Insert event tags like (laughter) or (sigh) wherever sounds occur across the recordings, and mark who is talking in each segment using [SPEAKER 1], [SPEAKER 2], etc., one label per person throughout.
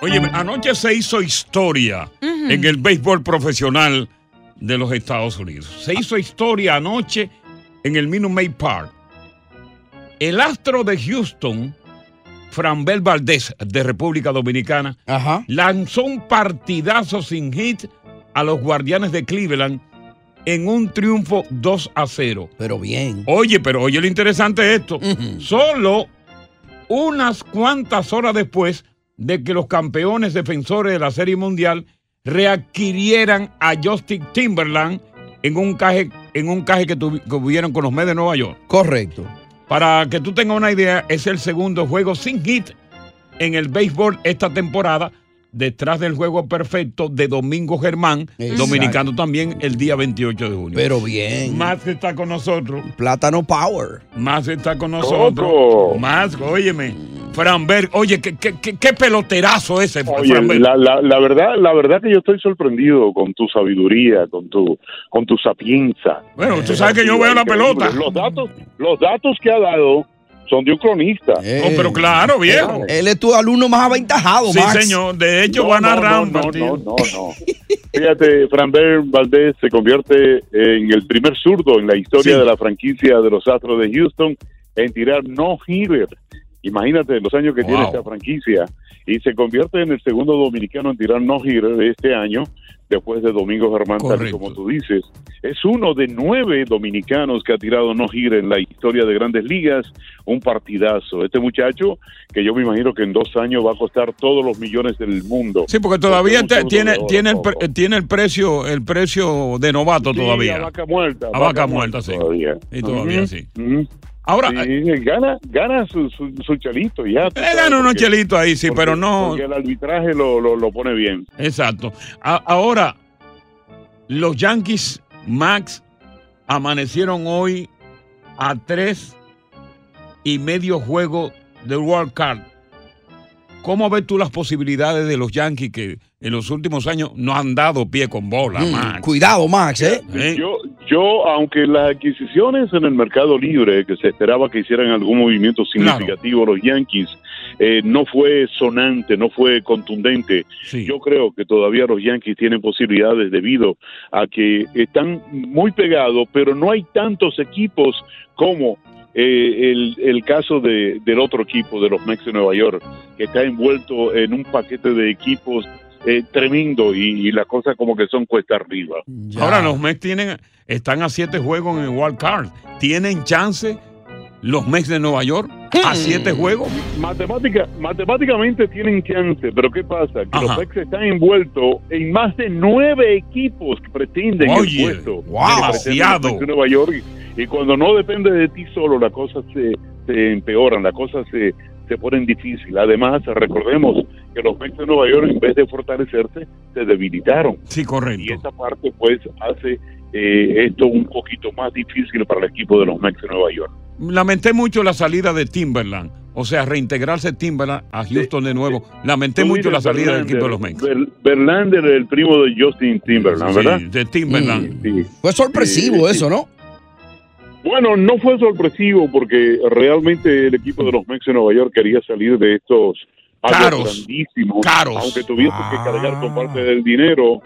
[SPEAKER 1] Oye, anoche se hizo historia en el béisbol profesional de los Estados Unidos. Se hizo historia anoche en el Minute Maid Park. El astro de Houston, Franbel Valdés, de República Dominicana,
[SPEAKER 2] Ah.
[SPEAKER 3] Ajá.
[SPEAKER 1] lanzó un partidazo sin hit a los Guardianes de Cleveland en un triunfo 2 a 0.
[SPEAKER 3] Pero bien.
[SPEAKER 1] Oye, pero oye lo interesante de esto.
[SPEAKER 3] Ujú.
[SPEAKER 1] Solo unas cuantas horas después de que los campeones defensores de la Serie Mundial readquirieran a Justin Timberland en un caje, en un caje que, tuvi- que hubieron con los Mets de Nueva York.
[SPEAKER 3] Correcto.
[SPEAKER 1] Para que tú tengas una idea, es el segundo juego sin hit en el béisbol esta temporada, detrás del juego perfecto de Domingo Germán,
[SPEAKER 3] Exacto.
[SPEAKER 1] dominicano también, el día 28 de junio.
[SPEAKER 3] Pero bien.
[SPEAKER 1] Más está con nosotros.
[SPEAKER 3] Plátano Power.
[SPEAKER 1] Más está con nosotros. Más, óyeme. Franberg, oye, qué, qué- qué- qué peloterazo ese,
[SPEAKER 4] Oye,
[SPEAKER 1] Franberg.
[SPEAKER 4] la, la- la verdad, la verdad que yo estoy sorprendido con tu sabiduría, con tu, con tu sapienza.
[SPEAKER 1] Bueno, tú sabes que yo veo la pelota.
[SPEAKER 4] Los datos, los datos que ha dado son de un cronista.
[SPEAKER 1] Oh,
[SPEAKER 2] Eh.
[SPEAKER 1] pero claro, viejo.
[SPEAKER 3] Eh, Él es tu alumno más aventajado,
[SPEAKER 1] Sí,
[SPEAKER 3] Max.
[SPEAKER 1] señor. De hecho,
[SPEAKER 4] Eh, No,
[SPEAKER 1] van a
[SPEAKER 4] no,
[SPEAKER 1] round.
[SPEAKER 4] no, no, no, no. Fíjate, Franber Valdés se convierte en el primer zurdo en la historia
[SPEAKER 1] Sí.
[SPEAKER 4] de la franquicia de los Astros de Houston en tirar no-hitter. Imagínate los años que tiene
[SPEAKER 1] Wow.
[SPEAKER 4] esta franquicia. Y se convierte en el segundo dominicano en tirar no-hitter de este año, después de Domingo Germán, tal y
[SPEAKER 1] Correcto.
[SPEAKER 4] como tú dices. Es uno de nueve dominicanos que ha tirado no-hitter en la historia de grandes ligas. Un partidazo. Este muchacho, que yo me imagino que en dos años va a costar todos los millones del mundo.
[SPEAKER 1] Sí, porque todavía te-
[SPEAKER 4] Porque un zurdo
[SPEAKER 1] tiene,
[SPEAKER 4] de oro,
[SPEAKER 1] tiene, el, pre-
[SPEAKER 4] Coco.
[SPEAKER 1] tiene el precio el precio de novato
[SPEAKER 4] Sí, A
[SPEAKER 1] todavía.
[SPEAKER 4] vaca muerta.
[SPEAKER 1] A vaca muerta, sí.
[SPEAKER 4] Todavía.
[SPEAKER 1] Y todavía
[SPEAKER 4] Ujú,
[SPEAKER 1] sí.
[SPEAKER 4] ujú.
[SPEAKER 1] Ahora,
[SPEAKER 4] Sí,
[SPEAKER 1] eh,
[SPEAKER 4] gana, gana su, su, su chalito ya. tú
[SPEAKER 1] le
[SPEAKER 4] sabes,
[SPEAKER 1] Eh, gana unos
[SPEAKER 4] porque-
[SPEAKER 1] chelitos ahí, sí,
[SPEAKER 4] porque-
[SPEAKER 1] pero no.
[SPEAKER 4] Porque el arbitraje lo, lo, lo pone bien.
[SPEAKER 1] Exacto. A- ahora, los Yankees Max amanecieron hoy a tres y medio juego del World Card. ¿Cómo ves tú las posibilidades de los Yankees que en los últimos años no han dado pie con bola,
[SPEAKER 3] Mm,
[SPEAKER 1] Max?
[SPEAKER 3] Cuidado, Max, ¿eh?
[SPEAKER 1] ¿Eh?
[SPEAKER 4] Pues Yo, yo, aunque las adquisiciones en el mercado libre, que se esperaba que hicieran algún movimiento significativo los Yankees, eh, no fue sonante, no fue contundente.
[SPEAKER 1] Sí.
[SPEAKER 4] Yo creo que todavía los Yankees tienen posibilidades debido a que están muy pegados, pero no hay tantos equipos como eh, el, el caso de- del otro equipo, de los Mets de Nueva York, que está envuelto en un paquete de equipos eh, tremendo y, y las cosas como que son cuesta arriba.
[SPEAKER 3] Ya.
[SPEAKER 1] Ahora los Mets tienen, están a siete juegos en el World Card. ¿Tienen chance los Mets de Nueva York
[SPEAKER 3] Mm.
[SPEAKER 1] a siete juegos?
[SPEAKER 4] Matemática, matemáticamente tienen chance, pero ¿qué pasa? Que los
[SPEAKER 1] Ajá.
[SPEAKER 4] Mets están envueltos en más de nueve equipos que pretenden
[SPEAKER 1] Oye,
[SPEAKER 4] el puesto.
[SPEAKER 3] wow,
[SPEAKER 4] que pretenden el puesto en Nueva York. Y cuando no depende de ti solo, las cosas se, se empeoran, las cosas se, se ponen difíciles. Además, recordemos que los Mets de Nueva York, en vez de fortalecerse, se debilitaron.
[SPEAKER 1] Sí,
[SPEAKER 4] Y
[SPEAKER 1] correcto.
[SPEAKER 4] esa parte, pues, hace eh, esto un poquito más difícil para el equipo de los Mets de Nueva York.
[SPEAKER 1] Lamenté mucho la salida de Timberland. O sea, reintegrarse Timberland a Houston de nuevo. Lamenté
[SPEAKER 4] Tú
[SPEAKER 1] mucho la
[SPEAKER 4] dices
[SPEAKER 1] salida del
[SPEAKER 4] Verlander,
[SPEAKER 1] equipo de los Mets.
[SPEAKER 4] Ver- Verlander, el primo de Justin Timberland, ¿verdad?
[SPEAKER 1] Sí, de Timberland.
[SPEAKER 4] Sí.
[SPEAKER 3] Fue sorpresivo
[SPEAKER 4] Sí, sí.
[SPEAKER 3] eso, ¿no?
[SPEAKER 4] Bueno, no fue sorpresivo porque realmente el equipo de los Mets de Nueva York quería salir de estos aguas
[SPEAKER 1] Caros.
[SPEAKER 4] grandísimos,
[SPEAKER 1] Caros.
[SPEAKER 4] aunque tuviese que
[SPEAKER 3] Ah.
[SPEAKER 4] cargar con parte del dinero.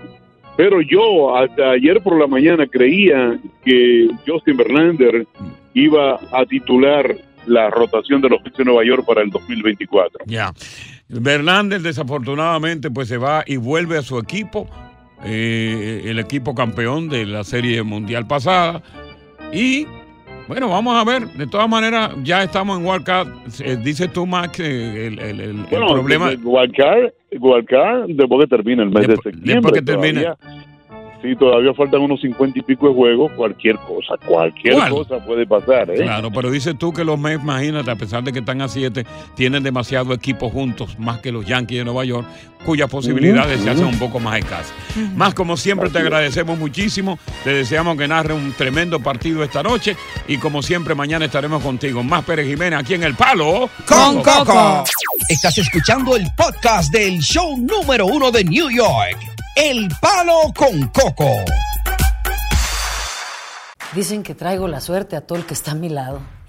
[SPEAKER 4] Pero yo hasta ayer por la mañana creía que Justin Verlander
[SPEAKER 1] Mm.
[SPEAKER 4] iba a titular la rotación de los Mets de Nueva York para el 2024.
[SPEAKER 1] Ya. Bernández desafortunadamente pues se va y vuelve a su equipo, eh, el equipo campeón de la Serie Mundial pasada. Y bueno, vamos a ver, de todas maneras ya estamos en Wildcard, Eh, dice tú Max, eh, el, el- el- el
[SPEAKER 4] Bueno,
[SPEAKER 1] problema...
[SPEAKER 4] de- de Gualcar, Gualcar, después que termine el mes de,
[SPEAKER 1] Después-
[SPEAKER 4] septiembre.
[SPEAKER 1] después que
[SPEAKER 4] todavía-
[SPEAKER 1] termine.
[SPEAKER 4] sí, todavía faltan unos cincuenta y pico de juegos. Cualquier cosa, cualquier
[SPEAKER 1] Bueno.
[SPEAKER 4] cosa puede pasar. ¿eh?
[SPEAKER 1] Claro, pero dices tú que los Mets, imagínate, a pesar de que están a siete, tienen demasiado equipo juntos, más que los Yankees de Nueva York, cuyas posibilidades se hacen un poco más escasas. Más como siempre, te agradecemos muchísimo, te deseamos que narre un tremendo partido esta noche y como siempre, mañana estaremos contigo. Más Pérez Jiménez aquí en El Palo.
[SPEAKER 5] Con Coco.
[SPEAKER 3] Estás escuchando el podcast del show número uno de New York, El Palo con Coco.
[SPEAKER 6] Dicen que traigo la suerte a todo el que está a mi lado.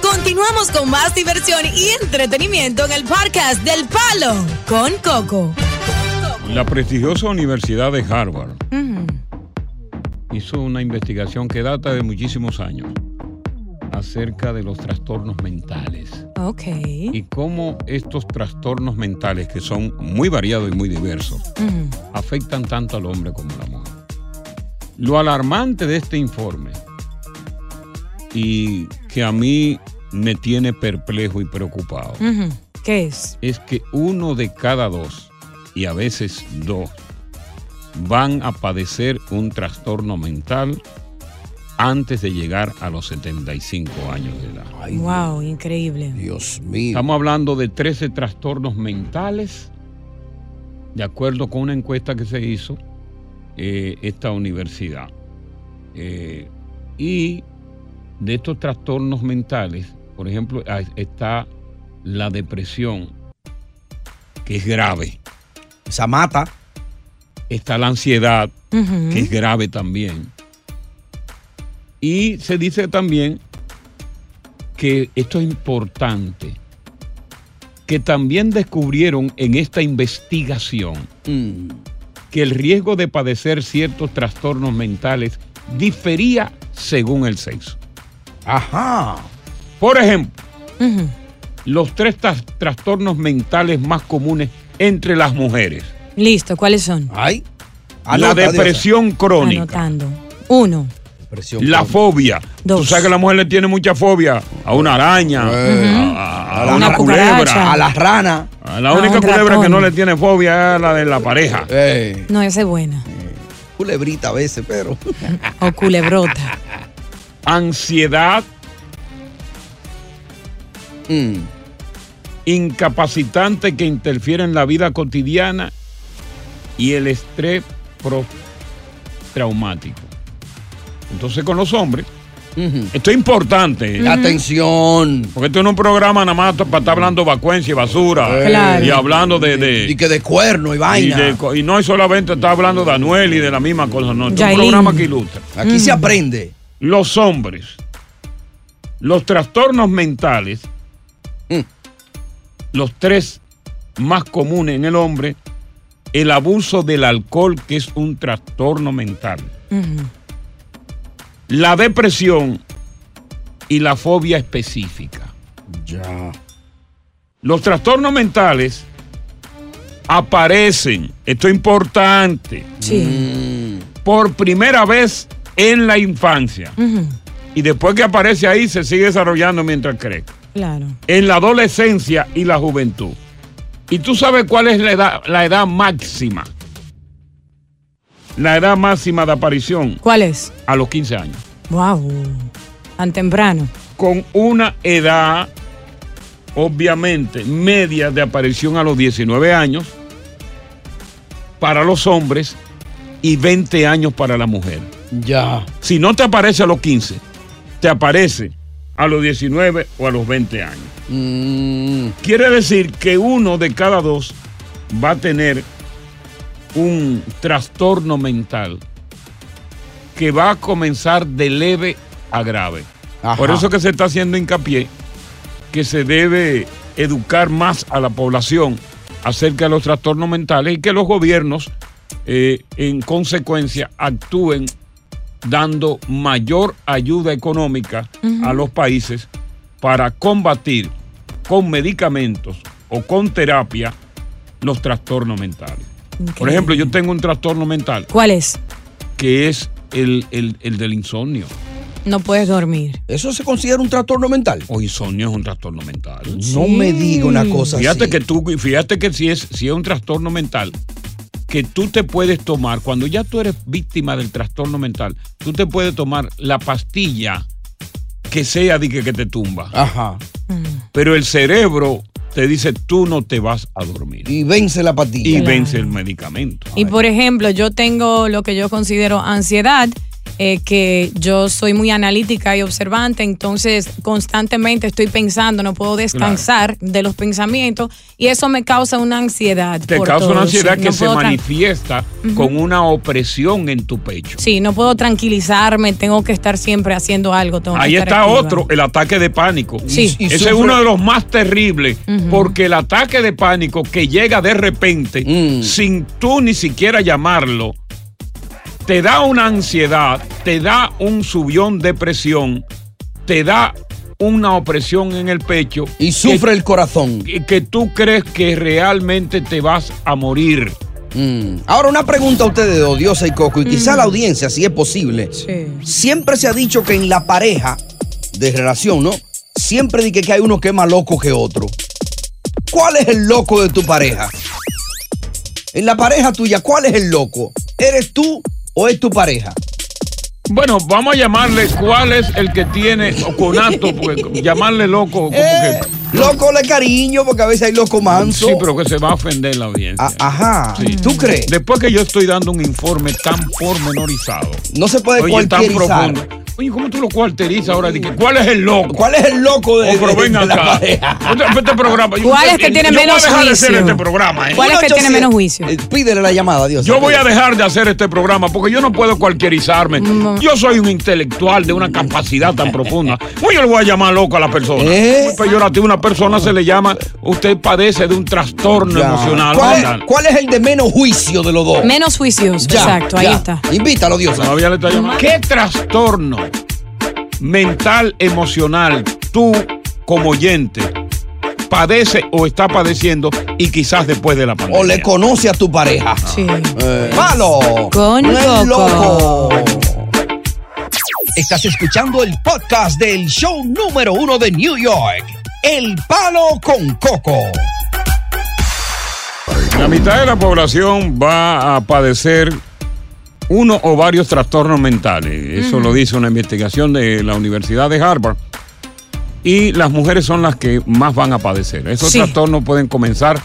[SPEAKER 7] Continuamos con más diversión y entretenimiento en el podcast del Palo con Coco.
[SPEAKER 1] La prestigiosa Universidad de Harvard
[SPEAKER 7] Mm-hmm.
[SPEAKER 1] hizo una investigación que data de muchísimos años acerca de los trastornos mentales.
[SPEAKER 7] Ok.
[SPEAKER 1] y cómo estos trastornos mentales, que son muy variados y muy diversos,
[SPEAKER 7] Mm-hmm.
[SPEAKER 1] afectan tanto al hombre como a la mujer. Lo alarmante de este informe y que a mí me tiene perplejo y preocupado
[SPEAKER 7] Mm-hmm. ¿Qué es?
[SPEAKER 1] es que uno de cada dos, y a veces dos, van a padecer un trastorno mental antes de llegar a los 75 años de edad.
[SPEAKER 7] wow, increíble.
[SPEAKER 3] Dios mío.
[SPEAKER 1] Estamos hablando de 13 trastornos mentales, de acuerdo con una encuesta que se hizo eh, esta universidad. Eh, y de estos trastornos mentales, por ejemplo, ah, está la depresión, que es grave.
[SPEAKER 3] Esa mata.
[SPEAKER 1] Está la ansiedad,
[SPEAKER 7] Ujú.
[SPEAKER 1] que es grave también. Y se dice también que esto es importante, que también descubrieron en esta investigación que el riesgo de padecer ciertos trastornos mentales difería según el sexo.
[SPEAKER 3] Ajá.
[SPEAKER 1] Por ejemplo,
[SPEAKER 7] Ujú.
[SPEAKER 1] los tres tras- trastornos mentales más comunes entre las mujeres.
[SPEAKER 7] Listo, ¿cuáles son?
[SPEAKER 3] Ay. Ah,
[SPEAKER 1] la
[SPEAKER 2] Ah,
[SPEAKER 3] Anota, Diosa.
[SPEAKER 1] depresión crónica.
[SPEAKER 7] Anotando. Uno.
[SPEAKER 3] Depresión.
[SPEAKER 1] La fobia. Tú
[SPEAKER 7] Dos.
[SPEAKER 1] sabes que la mujer le tiene mucha fobia a una araña, a, a- a
[SPEAKER 3] Una
[SPEAKER 1] una,
[SPEAKER 7] cucaracha.
[SPEAKER 1] culebra.
[SPEAKER 3] A las ranas.
[SPEAKER 1] A la
[SPEAKER 7] A
[SPEAKER 1] única
[SPEAKER 7] un
[SPEAKER 1] culebra que
[SPEAKER 7] ratón.
[SPEAKER 1] no le tiene fobia es la de la pareja.
[SPEAKER 3] Eh,
[SPEAKER 7] No, esa es buena.
[SPEAKER 3] culebrita a veces, pero. (laughs)
[SPEAKER 7] O culebrota.
[SPEAKER 1] Ansiedad,
[SPEAKER 3] Mm.
[SPEAKER 1] incapacitante que interfiere en la vida cotidiana y el estrés pro- traumático. Entonces con los hombres,
[SPEAKER 3] Ujú.
[SPEAKER 1] esto es importante.
[SPEAKER 3] Atención.
[SPEAKER 1] Porque esto no es un programa nada más para estar hablando vacuencia y basura.
[SPEAKER 7] Claro.
[SPEAKER 1] Y hablando de... de-
[SPEAKER 3] Y que de cuerno y
[SPEAKER 1] Y,
[SPEAKER 3] vaina.
[SPEAKER 1] de co- y no es solamente está hablando de Anuel y de la misma cosa, no, este es un
[SPEAKER 7] Yailin.
[SPEAKER 1] programa que ilustra.
[SPEAKER 3] Aquí se aprende.
[SPEAKER 1] Los hombres, los trastornos mentales,
[SPEAKER 3] Mm.
[SPEAKER 1] los tres más comunes en el hombre, el abuso del alcohol, que es un trastorno mental,
[SPEAKER 7] Ujú.
[SPEAKER 1] la depresión y la fobia específica.
[SPEAKER 3] Ya.
[SPEAKER 1] Los trastornos mentales aparecen, esto es importante,
[SPEAKER 7] Sí.
[SPEAKER 1] por primera vez en la infancia.
[SPEAKER 7] Ujú.
[SPEAKER 1] y después que aparece ahí se sigue desarrollando mientras crece.
[SPEAKER 7] Claro.
[SPEAKER 1] En la adolescencia y la juventud. ¿Y tú sabes cuál es la edad, la edad máxima? La edad máxima de aparición
[SPEAKER 7] ¿Cuál es?
[SPEAKER 1] a los 15 años.
[SPEAKER 7] Wow. Tan temprano.
[SPEAKER 1] Con una edad, obviamente, media de aparición a los 19 años para los hombres y 20 años para la mujer.
[SPEAKER 3] Ya.
[SPEAKER 1] Si no te aparece a los 15, te aparece a los 19 o a los 20 años.
[SPEAKER 3] Mm.
[SPEAKER 1] Quiere decir que uno de cada dos va a tener un trastorno mental que va a comenzar de leve a grave.
[SPEAKER 2] Ajá.
[SPEAKER 1] Por eso que se está haciendo hincapié que se debe educar más a la población acerca de los trastornos mentales y que los gobiernos, eh, en consecuencia, actúen dando mayor ayuda económica
[SPEAKER 8] Ujú.
[SPEAKER 1] a los países para combatir con medicamentos o con terapia los trastornos mentales. Por
[SPEAKER 7] Increíble.
[SPEAKER 1] ejemplo, yo tengo un trastorno mental
[SPEAKER 7] ¿Cuál es?
[SPEAKER 1] que es el, el- el del insomnio.
[SPEAKER 7] No puedes dormir.
[SPEAKER 2] ¿Eso se considera un trastorno mental?
[SPEAKER 1] O insomnio es un trastorno mental.
[SPEAKER 2] No me diga una cosa
[SPEAKER 1] Fíjate
[SPEAKER 2] Mm, así.
[SPEAKER 1] que tú, fíjate que si es, si es un trastorno mental que tú te puedes tomar, cuando ya tú eres víctima del trastorno mental, tú te puedes tomar la pastilla que sea de que, que te tumba.
[SPEAKER 2] Ajá.
[SPEAKER 1] Pero el cerebro te dice, tú no te vas a dormir.
[SPEAKER 2] Y vence la pastilla.
[SPEAKER 1] Y
[SPEAKER 2] Claro.
[SPEAKER 1] vence el medicamento.
[SPEAKER 7] Y por ejemplo, yo tengo lo que yo considero ansiedad, eh, que yo soy muy analítica y observante, entonces constantemente estoy pensando, no puedo descansar de los pensamientos y eso me causa una ansiedad.
[SPEAKER 1] Te
[SPEAKER 7] por
[SPEAKER 1] causa
[SPEAKER 7] todo,
[SPEAKER 1] una ansiedad
[SPEAKER 7] sí,
[SPEAKER 1] que
[SPEAKER 7] no
[SPEAKER 1] se
[SPEAKER 7] puedo tran-
[SPEAKER 1] manifiesta
[SPEAKER 7] Ujú.
[SPEAKER 1] con una opresión en tu pecho.
[SPEAKER 7] Sí, no puedo tranquilizarme, tengo que estar siempre haciendo algo. tengo que
[SPEAKER 1] Ahí
[SPEAKER 7] estar
[SPEAKER 1] está
[SPEAKER 7] activa.
[SPEAKER 1] otro, el ataque de pánico.
[SPEAKER 7] Sí. Y- y
[SPEAKER 1] Ese
[SPEAKER 7] sufre-
[SPEAKER 1] es uno de los más terribles, porque el ataque de pánico que llega de repente, sin tú ni siquiera llamarlo, te da una ansiedad, te da un subión de presión, te da una opresión en el pecho.
[SPEAKER 2] Y sufre el corazón.
[SPEAKER 1] Que, que tú crees que realmente te vas a morir.
[SPEAKER 2] Mm. Ahora una pregunta a ustedes, dos, Diosa y Coco, y quizá la audiencia, si es posible. Siempre se ha dicho que en la pareja de relación, ¿no? Siempre dije que hay uno que es más loco que otro. ¿Cuál es el loco de tu pareja? En la pareja tuya, ¿cuál es el loco? ¿Eres tú o es tu pareja?
[SPEAKER 1] Bueno, vamos a llamarle cuál es el que tiene o conato,
[SPEAKER 2] (laughs)
[SPEAKER 1] porque llamarle loco. como que-
[SPEAKER 2] Eh, Loco le cariño, porque a veces hay loco manso. Ah,
[SPEAKER 1] Sí, pero que se va a ofender la audiencia.
[SPEAKER 2] Ajá. ¿Tú crees?
[SPEAKER 1] Después que yo estoy dando un informe tan pormenorizado.
[SPEAKER 2] No se puede
[SPEAKER 1] Oye, tan
[SPEAKER 2] cualquierizar.
[SPEAKER 1] profundo. Oye, ¿cómo tú lo cuarterizas ahora? Di que, ¿Cuál es el loco?
[SPEAKER 2] ¿Cuál es el loco de,
[SPEAKER 1] Oh, pero
[SPEAKER 2] de-
[SPEAKER 1] ven
[SPEAKER 2] de la
[SPEAKER 1] acá.
[SPEAKER 2] pareja?
[SPEAKER 1] Este- este programa, yo-
[SPEAKER 7] ¿Cuál es que
[SPEAKER 1] eh,
[SPEAKER 7] tiene
[SPEAKER 1] yo voy a
[SPEAKER 7] menos
[SPEAKER 1] dejar de hacer
[SPEAKER 7] juicio?
[SPEAKER 1] este programa, ¿eh?
[SPEAKER 7] ¿Cuál es que tiene menos juicio?
[SPEAKER 2] Eh, Pídele la llamada, Dios.
[SPEAKER 1] Yo voy a dejar de hacer este programa porque yo no puedo cualquierizarme. Yo soy un intelectual de una capacidad tan profunda. Pues yo le voy a llamar loco a la persona.
[SPEAKER 2] Eh,
[SPEAKER 1] Muy peyorativo. Una persona se le llama, usted padece de un trastorno
[SPEAKER 2] Ya.
[SPEAKER 1] emocional.
[SPEAKER 2] ¿Cuál
[SPEAKER 1] mental.
[SPEAKER 2] es, cuál es el de menos juicio de los dos?
[SPEAKER 7] Menos juicios,
[SPEAKER 2] Ya,
[SPEAKER 7] exacto, ahí
[SPEAKER 2] ya.
[SPEAKER 7] está.
[SPEAKER 2] Invítalo, Dios.
[SPEAKER 1] Todavía le está llamando. ¿Qué trastorno mental, emocional, tú como oyente padece o está padeciendo y quizás después de la pandemia?
[SPEAKER 2] O le conoce a tu pareja.
[SPEAKER 1] Ah,
[SPEAKER 7] Sí.
[SPEAKER 1] Eh.
[SPEAKER 2] ¡Malo!
[SPEAKER 7] Con
[SPEAKER 2] No es
[SPEAKER 7] Coco.
[SPEAKER 2] loco.
[SPEAKER 3] Estás escuchando el podcast del show número uno de New York, El Palo con Coco.
[SPEAKER 1] La mitad de la población va a padecer uno o varios trastornos mentales. Eso
[SPEAKER 9] Ujú.
[SPEAKER 1] lo dice una investigación de la Universidad de Harvard. Y las mujeres son las que más van a padecer. Esos
[SPEAKER 9] Sí.
[SPEAKER 1] trastornos pueden comenzar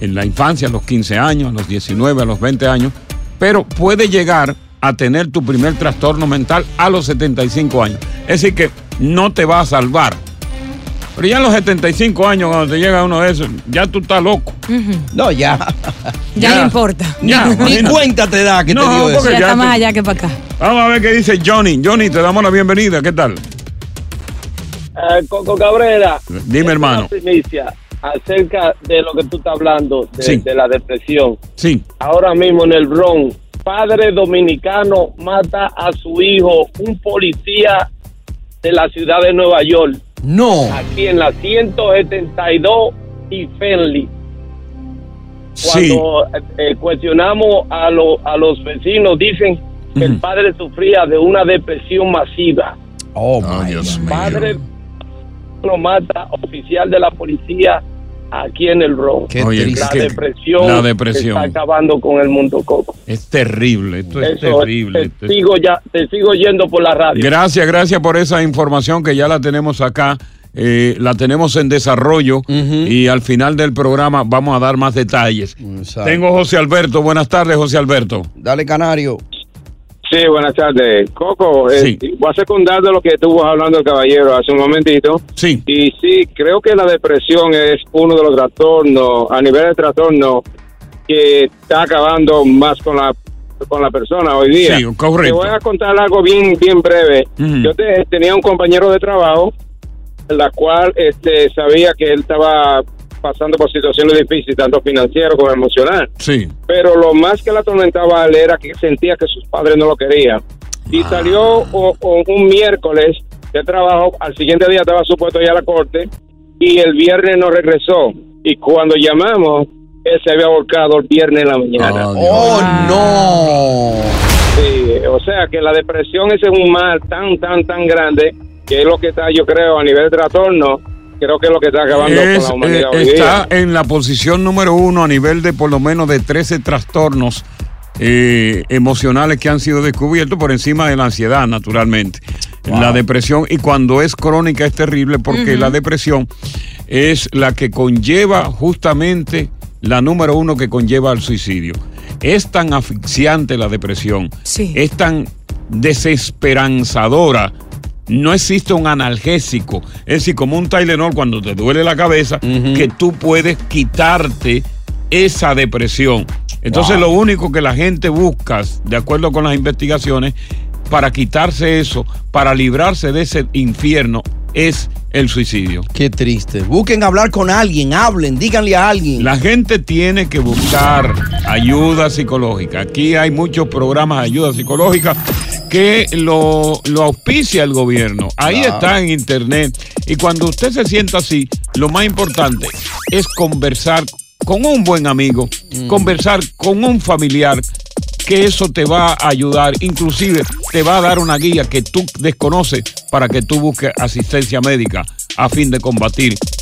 [SPEAKER 1] en la infancia, a los 15 años, a los 19, a los 20 años, pero puede llegar a tener tu primer trastorno mental a los 75 años. Es decir, que no te va a salvar. Pero ya a los 75 años, cuando te llega uno de esos, ya tú estás loco.
[SPEAKER 2] No, ya.
[SPEAKER 7] Ya, no importa.
[SPEAKER 1] Ya,
[SPEAKER 2] Ni
[SPEAKER 1] imagínate.
[SPEAKER 2] cuenta te da que te
[SPEAKER 1] Ah, No,
[SPEAKER 2] dio eso.
[SPEAKER 1] porque
[SPEAKER 7] Ya está
[SPEAKER 1] ya
[SPEAKER 7] más
[SPEAKER 1] tú-
[SPEAKER 7] allá que para acá.
[SPEAKER 1] Vamos a ver qué dice Johnny. Johnny, te damos la bienvenida. ¿Qué tal?
[SPEAKER 10] Eh, Coco Cabrera.
[SPEAKER 1] Dime, hermano.
[SPEAKER 10] Una primicia acerca de lo que tú estás hablando, de,
[SPEAKER 1] Sí.
[SPEAKER 10] de la depresión.
[SPEAKER 1] Sí.
[SPEAKER 10] Ahora mismo en el Bronx, padre dominicano mata a su hijo, un policía de la ciudad de Nueva York.
[SPEAKER 2] No.
[SPEAKER 10] Aquí en la 172 y Fenley.
[SPEAKER 1] Sí.
[SPEAKER 10] Cuando eh, eh, cuestionamos a, lo- a los vecinos, dicen que el padre sufría de una depresión masiva.
[SPEAKER 2] Oh,
[SPEAKER 1] Dios
[SPEAKER 10] Padre lo mata oficial de la policía aquí en el Bronx.
[SPEAKER 1] Qué Oye, triste.
[SPEAKER 10] La
[SPEAKER 1] qué-
[SPEAKER 10] depresión,
[SPEAKER 1] la depresión.
[SPEAKER 10] está acabando con el mundo coco.
[SPEAKER 1] Es terrible. Esto es
[SPEAKER 10] Eso,
[SPEAKER 1] terrible.
[SPEAKER 10] Te sigo ya, te sigo yendo por la radio.
[SPEAKER 1] Gracias, gracias por esa información que ya la tenemos acá. Eh, la tenemos en desarrollo y al final del programa vamos a dar más detalles. Tengo a José Alberto. Buenas tardes, José Alberto.
[SPEAKER 2] Dale, Canario.
[SPEAKER 11] Sí, buenas tardes. Coco, eh, voy a secundar de lo que estuvo hablando el caballero hace un momentito.
[SPEAKER 1] Sí.
[SPEAKER 11] Y sí, creo que la depresión es uno de los trastornos, a nivel de trastorno,
[SPEAKER 4] que está acabando más con la con la persona hoy día.
[SPEAKER 1] Sí, correcto.
[SPEAKER 4] Te voy a contar algo bien bien breve.
[SPEAKER 1] Ujú.
[SPEAKER 4] Yo te- tenía un compañero de trabajo, la cual este sabía que él estaba pasando por situaciones difíciles, tanto financiero como emocional.
[SPEAKER 1] Sí.
[SPEAKER 4] pero lo más que la atormentaba a él era que sentía que sus padres no lo querían. Y
[SPEAKER 1] Ah.
[SPEAKER 4] salió o- o un miércoles de trabajo, al siguiente día estaba supuesto ya a la corte y el viernes no regresó. Y cuando llamamos, él se había volcado el viernes en la mañana.
[SPEAKER 1] Ah.
[SPEAKER 12] ¡Oh,
[SPEAKER 7] Ah,
[SPEAKER 12] no!
[SPEAKER 4] Sí, o sea que la depresión ese es un mal tan, tan, tan grande que es lo que está, yo creo, a nivel de trastorno, creo que es lo que está acabando con
[SPEAKER 1] Es,
[SPEAKER 4] la humanidad
[SPEAKER 1] eh,
[SPEAKER 4] hoy día.
[SPEAKER 1] está en la posición número uno a nivel de por lo menos de 13 trastornos eh, emocionales que han sido descubiertos por encima de la ansiedad, naturalmente. La depresión, y cuando es crónica es terrible porque
[SPEAKER 13] Ujú.
[SPEAKER 1] la depresión es la que conlleva justamente la número uno que conlleva al suicidio. Es tan asfixiante la depresión, es tan desesperanzadora no existe un analgésico. Es decir, como un Tylenol cuando te duele la cabeza, que tú puedes quitarte esa depresión. Entonces, lo único que la gente busca, de acuerdo con las investigaciones, para quitarse eso, para librarse de ese infierno, es el suicidio.
[SPEAKER 12] Qué triste. Busquen hablar con alguien, hablen, díganle a alguien.
[SPEAKER 1] La gente tiene que buscar ayuda psicológica. Aquí hay muchos programas de ayuda psicológica que lo, lo auspicia el gobierno. Ahí
[SPEAKER 13] Claro.
[SPEAKER 1] está en internet. Y cuando usted se sienta así, lo más importante es conversar con un buen amigo, conversar con un familiar, que eso te va a ayudar, inclusive te va a dar una guía que tú desconoces para que tú busques asistencia médica a fin de combatir